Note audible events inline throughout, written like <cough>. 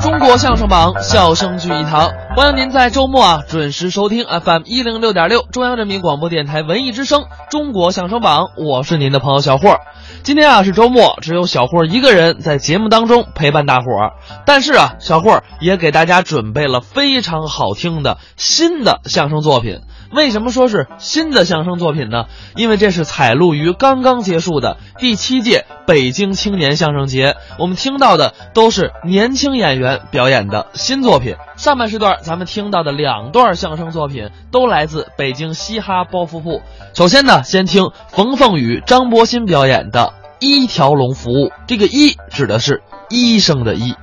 中国相声榜，笑声聚一堂。欢迎您在周末啊准时收听 FM 一零六点六中央人民广播电台文艺之声《中国相声榜》，我是您的朋友小霍。今天啊是周末，只有小霍一个人在节目当中陪伴大伙儿。但是啊，小霍也给大家准备了非常好听的新的相声作品。为什么说是新的相声作品呢？因为这是采录于刚刚结束的第七届北京青年相声节，我们听到的都是年轻演员表演的新作品。上半时段咱们听到的两段相声作品都来自北京嘻哈包袱铺。首先呢，先听冯凤雨、张博鑫表演的《一条龙服务》，这个“一”指的是医生的“医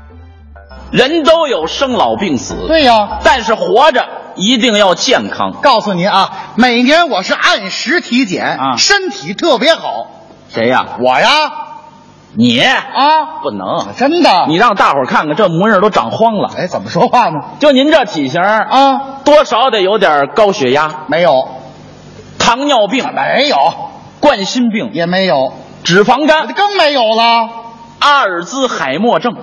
人都有生老病死，对呀、但是活着一定要健康。告诉您啊，每年我是按时体检，啊身体特别好。谁呀、我呀，你啊，不能，真的，你让大伙儿看看这模样都长荒了。哎，怎么说话呢？就您这体型啊，啊，多少得有点高血压、没有，糖尿病、没有，冠心病、也没有，脂肪肝、更没有了。阿尔兹海默症、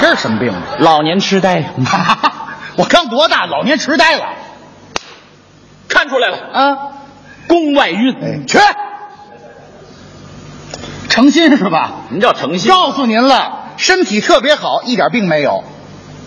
这是什么病啊？ <laughs> 老年痴呆。哈哈我刚多大，老年痴呆了看出来了，啊！宫外孕。哎，去，诚心是吧？您叫诚信，告诉您了，身体特别好，一点病没有，啊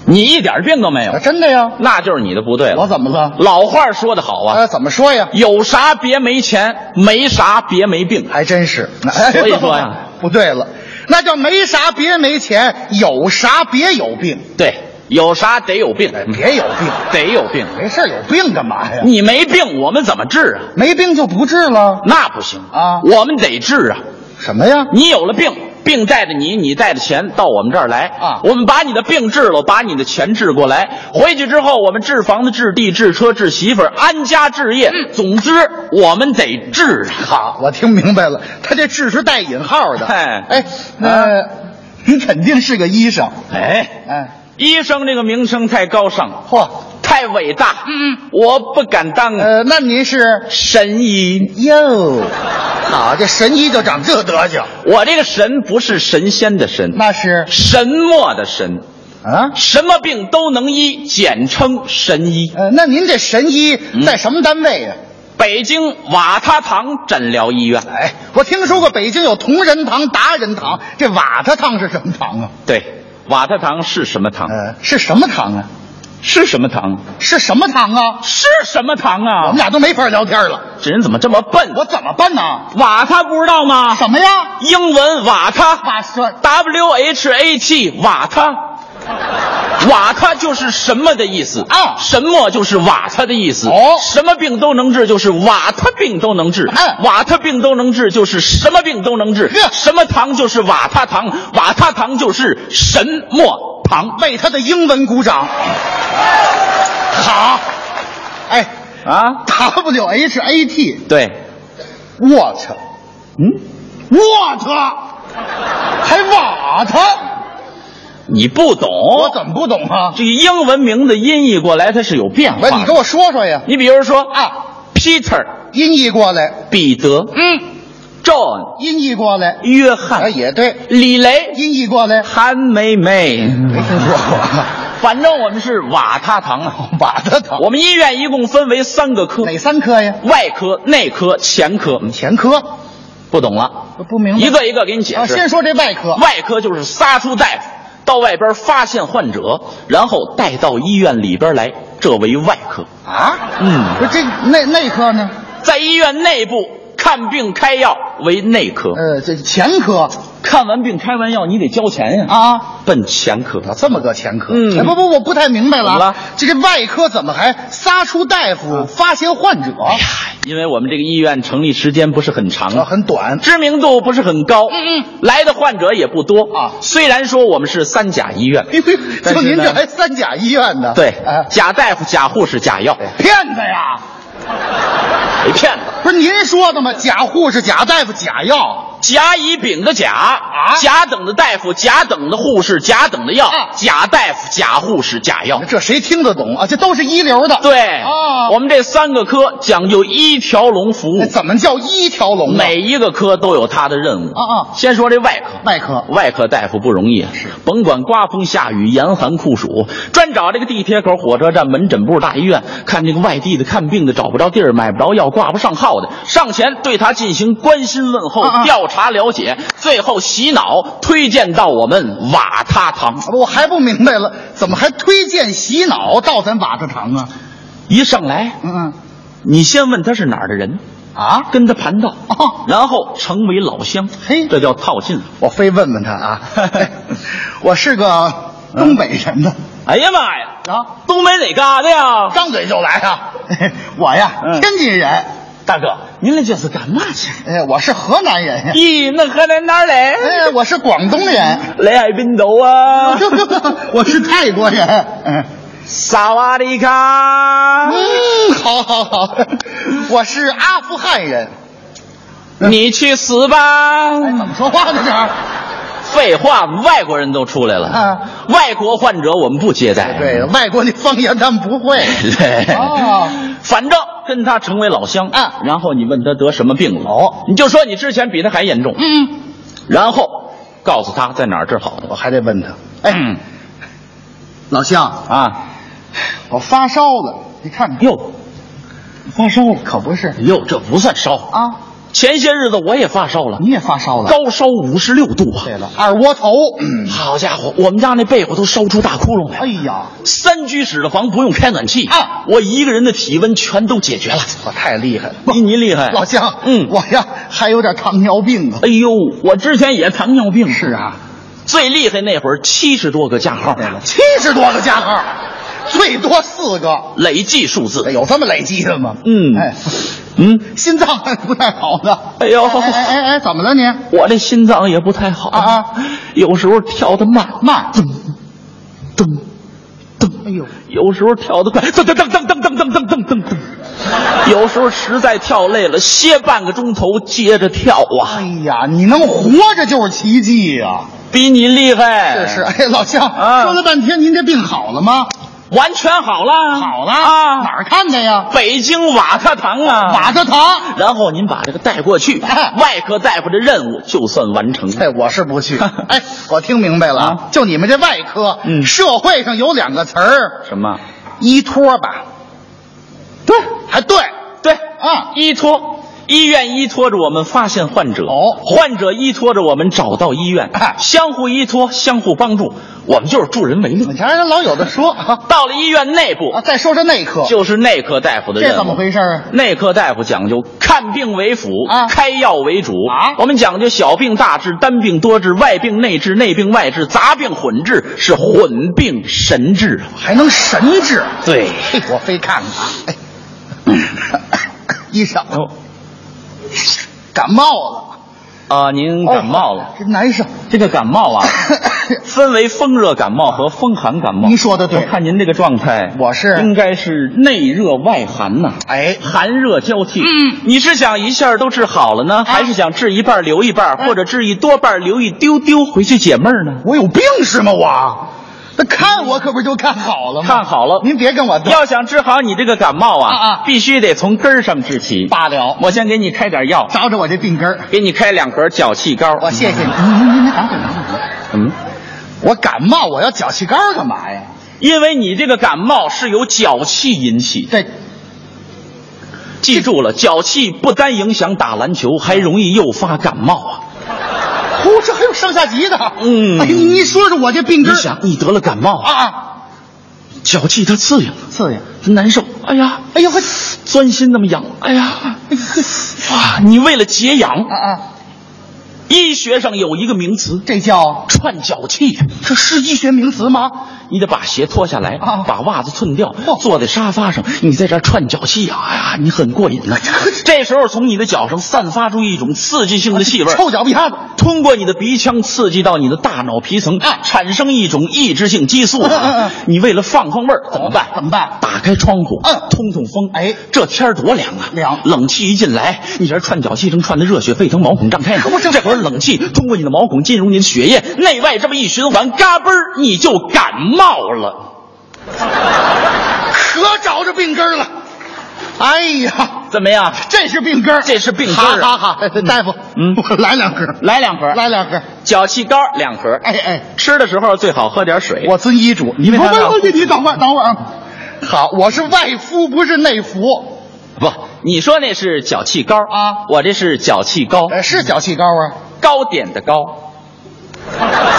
你一点病都没有，真的呀。那就是你的不对哎我了。怎么了？老话说得好啊，呃，怎么说呀？有啥别没钱，没啥别没病。还真是。 <laughs> 哎所以说呀，不对了，那叫没啥别没钱，有啥别有病，对，有啥得有病，哎别有哎病，得有病。没事儿有病干嘛呀？哎你没病，我们怎么治啊？没病就不治了？那不行啊我们得治啊！什么呀？你有了病，病带着你，你带着钱到我们这儿来啊我们把你的病治了，把你的钱治过来。回去之后，我们治房子、治地、治车、治媳妇儿，安家置业。总之，我们得治啊！嗯好，我听明白了，他这治是带引号的。哎哎，那、 <laughs> 你肯定是个医生。哎，哎，医生这个名声太高尚，嚯，太伟大，嗯，我不敢当啊。呃，那您是神医， <laughs> 哟？好，这神医就长这德行，我这个神不是神仙的神，那是神墨的神，啊。什么病都能医，简称神医。呃，那您这神医嗯在什么单位呀、北京瓦塔塘诊疗医院，哎，我听说过北京有同仁堂、达仁堂，这瓦特堂是什么堂啊？对，瓦塔塘是什么塘？呃，是什么堂啊？是什么塘？是什么堂啊？是什么塘我啊们？俩都没法聊天了，这人怎么这么笨？我怎么办呢？瓦塔不知道吗？什么呀？英文瓦塔瓦斯，W H A T 瓦塔。瓦塔就是什么的意思啊什么就是瓦特的意思哦什么病都能治就是瓦特病都能治，嗯瓦特病都能治就是什么病都能治，呵什么糖就是瓦塔糖，瓦塔糖就是神墨糖。为他的英文鼓掌。好，哎啊， ，W H A T，对，我操，嗯，我操，还瓦特，你不懂，我怎么不懂啊？这个英文名字音译过来它是有变化喂，的。你给我说说呀。你比如说啊， ，Peter 音译过来，彼得嗯， ，John 音译过来，约啊，翰、也对，李雷、音译过来，韩梅 <laughs> 梅，没听说过，反正我们是瓦塔堂啊。瓦特 <laughs> 疼。我们医院一共分为三个科：哪三科呀？外科、内科、嗯前科。前科，不懂了，我不明白。一个一个给你解啊，先释。说这外科。外科就是仨出大夫到外边发现患者，然后带到医院里边来，这为外科。啊，嗯不是这内内科呢？在医院内部看病开药为内科，呃，这前科看完病开完药你得交钱呀，啊，奔前科。有这么个前科。嗯哎不不，我不太明白了啊。怎么了啊这个外科怎么还仨出大夫发现患者？哎呀，因为我们这个医院成立时间不是很长啊，很短。知名度不是很高，嗯来的患者也不多啊嗯虽然说我们是三甲医院，但就是您呢这还三甲医院呢？对啊，假大夫、假护士、假药，骗子呀！没骗子。不是您说的吗？假护士、假大夫、假药，甲乙丙的甲啊甲等的大夫，甲等的护士，甲等的药啊，甲大夫、甲护士、甲药。这谁听得懂啊？这都是一流的。对，哦我们这三个科讲究一条龙服务那，哎怎么叫一条龙啊呢？每一个科都有它的任务。啊啊先说这外科，外科外科大夫不容易，啊甭管刮风下雨、严寒酷暑，专找这个地铁口、火车站、门诊部、大医院，看这个外地的看病的找不着地儿、买不着药、挂不上号的，上前对他进行关心问候、啊啊调查了解，最后洗脑推荐到我们瓦他堂。我还不明白了，怎么还推荐洗脑到咱瓦特堂啊？一上来，嗯嗯你先问他是哪儿的人，啊，跟他盘道，哦然后成为老乡，嘿这叫套近乎。我非问问他 <laughs> 啊，我是个东北人的哎呀妈呀，啊，东北哪嘎达呀？张嘴就来啊！ <laughs> 我呀，嗯天津人，大哥，您那这是干嘛去？哎，我是河南人呀，咦，那河南哪儿来？哎，我是广东人，雷海滨州啊， <laughs> 我是泰国人，嗯 <laughs> 萨瓦迪卡。嗯，好好好，我是阿富汗人，你去死吧！嗯哎，怎么说话呢这儿？废话，外国人都出来了。啊外国患者我们不接待。对，外国那方言他们不会。 <laughs> 对。哦，反正跟他成为老乡啊然后你问他得什么病了，哦，你就说你之前比他还严重，嗯，然后告诉他在哪儿治好的我还得问他，哎，老乡，啊。我发烧了，你看看，哟发烧了，可不是哟，这不算烧，啊？前些日子我也发烧了，你也发烧了？高烧五十六度啊！对了，二窝头，嗯好家伙，我们家那被窝都烧出大窟窿来了。哎呀，三居室的房不用开暖气啊我一个人的体温全都解决了。我太厉害了。比你厉害，老乡，嗯，我呀还有点糖尿病啊。哎呦，我之前也糖尿病，是啊，最厉害那会儿七十多个加号，七十多个加号，最多四个，累计数字。有这么累积的吗？嗯哎，嗯，心脏还不太好呢。哎呦哎哎哎哎，怎么了你？我这心脏也不太好啊啊，有时候跳得慢，慢，噔噔，哎呦，有时候跳得快，噔噔噔噔噔噔噔噔噔噔噔，有时候实在跳累了，歇半个钟头接着跳哎啊，呀，你能活着就是奇迹呀、比你厉害，这是，哎，老乡，啊说了半天，您这病好了吗？完全好了，好了啊，哪儿看的呀？北京瓦特堂啊，马德堂。 <laughs> 然后您把这个带过去，哎外科大夫的任务就算完成。哎，我是不去。 <laughs> 哎，我听明白了，啊就你们这外科，嗯社会上有两个词儿，什么？依托吧，对还对，对，啊，依托。医院依托着我们发现患者，哦患者依托着我们找到医院，哎相互依托，相互帮助，我们就是助人为乐你。瞧人老有的说啊。到了医院内部，再说说内科，就是内科大夫的任务。啊这怎么回事儿啊？内科大夫讲究看病为辅，啊开药为主啊我们讲究小病大治、单病多治、外病内治、内病外治、杂病混治，是混病神治。还能神啊治？对，嘿， <laughs> 我非看看啊！哎，哎医生，哦感冒了，哦啊、您感冒了、这难受。这个感冒 <laughs> 啊，分为风热感冒和风寒感冒。您说得对我看您这个状态，我是应该是内热外寒呐、哎，寒热交替。嗯，你是想一下都治好了啊呢，还是想治一半留一半，嗯或者治一多半留一丢丢，回去解闷儿呢？我有病是吗？我，那看我可不就看好了吗？看好了哦您别跟我斗要想治好你这个感冒啊，啊啊必须得从根儿上治起。罢了，我先给你开点药，找找我这病根儿。给你开两盒脚气膏。我谢谢你，您您您等会儿等会儿，嗯，我感冒，我要脚气杆儿干嘛呀？因为你这个感冒是由脚气引起，这记住了，脚气不单影响打篮球，还容易诱发感冒啊。呼，这还有上下级的。嗯哎，你你说说我这病你根儿想，你得了感冒啊，，啊，脚气它刺痒，刺痒。难受，哎呀，哎呦呵，钻心那么痒，哎呀，哇！你为了解痒，啊啊，医学上有一个名词这叫“串脚气”，这是医学名词吗？你得把鞋脱下来，啊把袜子褪掉哦，坐在沙发上，你在这儿串脚气啊，哎呀，你很过瘾呐、这时候从你的脚上散发出一种刺激性的气味儿，啊臭脚丫子，通过你的鼻腔刺激到你的大脑皮层，啊产生一种抑制性激素啊。嗯嗯嗯你为了放放味儿怎么办？怎么办打开窗户，嗯通通风。哎这天儿多凉啊！凉冷气一进来，你这串脚气正串的热血沸腾，毛孔胀开呢。不是这会儿冷气通过你的毛孔进入你的血液，内外这么一循环，嘎嘣儿你就感冒了。可找着病根儿了。哎呀，怎么样？这是病根儿，这是病根儿啊哈哈哈，哎大夫，嗯我来两盒，来两盒，来两盒。脚气膏两盒。哎哎，吃的时候最好喝点水。我遵医嘱，你嗯不别不看不，你你等会儿等会儿啊。好，我是外敷，不是内服，不，你说那是脚气膏啊我这是脚气膏，呃，是脚气膏 <laughs> 啊，糕点的糕。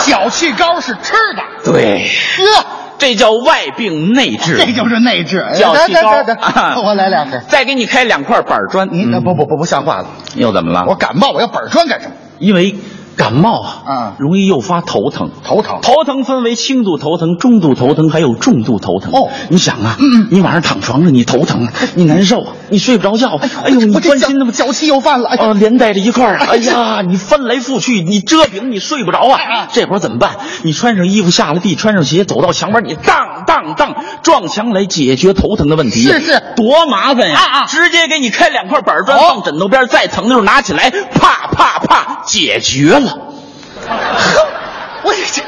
脚气膏是吃的，对，呵，这叫外病内治。这就是内治。哎脚气膏啊得得得得，我来两盒。再给你开两块板砖。你嗯啊不不不不像话了，又怎么了？我感冒，我要板砖干什么？因为感冒啊，嗯容易诱发头疼。头疼。头疼分为轻度头疼、中度头疼，还有重度头疼。哦你想啊，嗯嗯你晚上躺床上，你头疼，你难受，你睡不着觉，哎呦，你我这关脚心那么脚气又犯了，哎哦，呀，连带着一块儿啊！哎哎呀呀，你翻来覆去，你遮饼，你睡不着哎啊哎！这会儿怎么办？你穿上衣服下了地，穿上鞋走到墙边，你当当当撞墙来解决头疼的问题，是是多麻烦呀！啊啊直接给你开两块板砖哦放枕头边，再疼的时候拿起来，啪啪啪，解决了。我这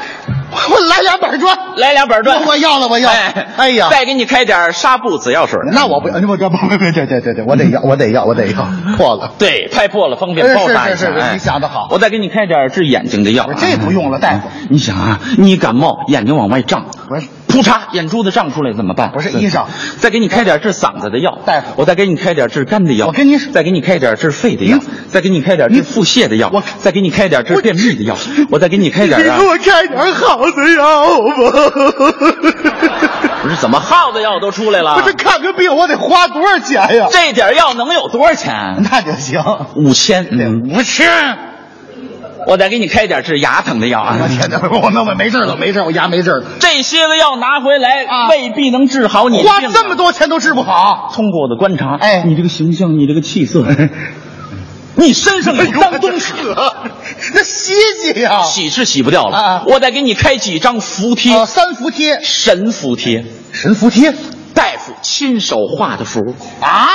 我来俩板砖，来俩板砖，我我要了我要了哎哎呀再给你开点纱布紫药水。那我不要，我这不不不，对对对对，我得要，我得要，我得要，<laughs> 破了，对，拍破了方便哎包扎一是下。是是哎你想得好我再给你开点治眼睛的药啊。这不用了，大夫，你想啊，你感冒眼睛往外胀，不是扑嚓，眼珠子胀出来怎么办？不是医生，再给你开点治嗓子的药，大夫我再给你开点治肝的药，我跟您说再给你开点治肺的药您，再给你开点治腹泻的药，我再给你开点治便秘的药，我再给你开点啊，我开点好的药吧。不是怎么耗子药都出来 <laughs> 了不是，看个病，我得花多少钱呀？啊这点药能有多少钱？那就行，五千，嗯，五千。我再给你开点治牙疼的药啊。我哎天哪！我那我没事了，没事，我牙没事了，这些个药拿回来、啊未必能治好你的花病啊这么。多钱都治不好。通过我的观察，哎你这个形象，你这个气色，你身上哎有脏东西，啊那洗洗呀、洗是洗不掉了。啊啊我再给你开几张符贴，呃，三伏贴、神符贴，神伏贴大夫亲手画的符，啊，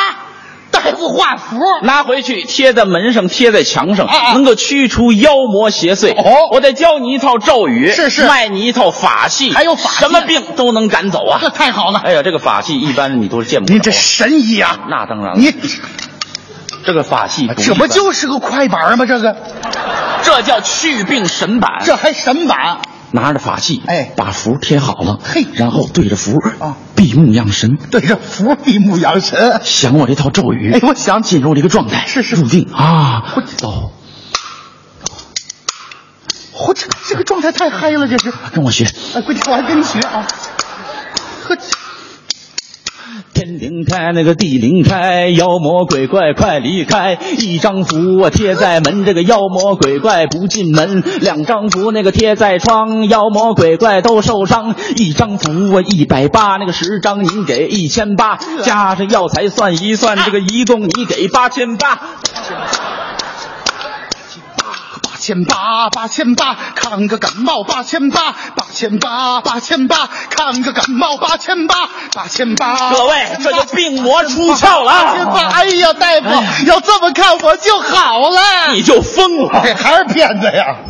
大夫画符，拿回去贴在门上，贴在墙上，啊啊能够驱除妖魔邪祟。哦我再教你一套咒语，是是卖你一套法器，还有法器啊什么病都能赶走啊这！太好了！ <laughs> 哎呀，这个法器一般你都是见不着啊。您这神医啊！那当然了，你这个法器这不就是个快板吗？这个这叫去病神板。这还神板？拿着法器，哎把符贴好了，嘿然后对着符啊，闭目养神，对着符闭目养神，想我这套咒语，哎我想进入了一个状态，是是入定啊我，走，嚯，这这个状态太嗨了，这是。跟我学，哎，闺女，我还跟你学啊。呵，天灵开，那个地灵开，妖魔鬼怪快离开！一张符啊贴在门，这个妖魔鬼怪不进门；两张符那个贴在窗，妖魔鬼怪都受伤。一张符啊一百八，那个十张您给一千八，啊加上药材算一算，这个一共你给八千八。八千八，八千八，看个感冒八千八，八千八，八千八，看个感冒八千八，八千八。各位，这就病魔出窍八千八，了，哎呀，大夫，要这么看我就好了。哎你就疯了。这还是骗子呀！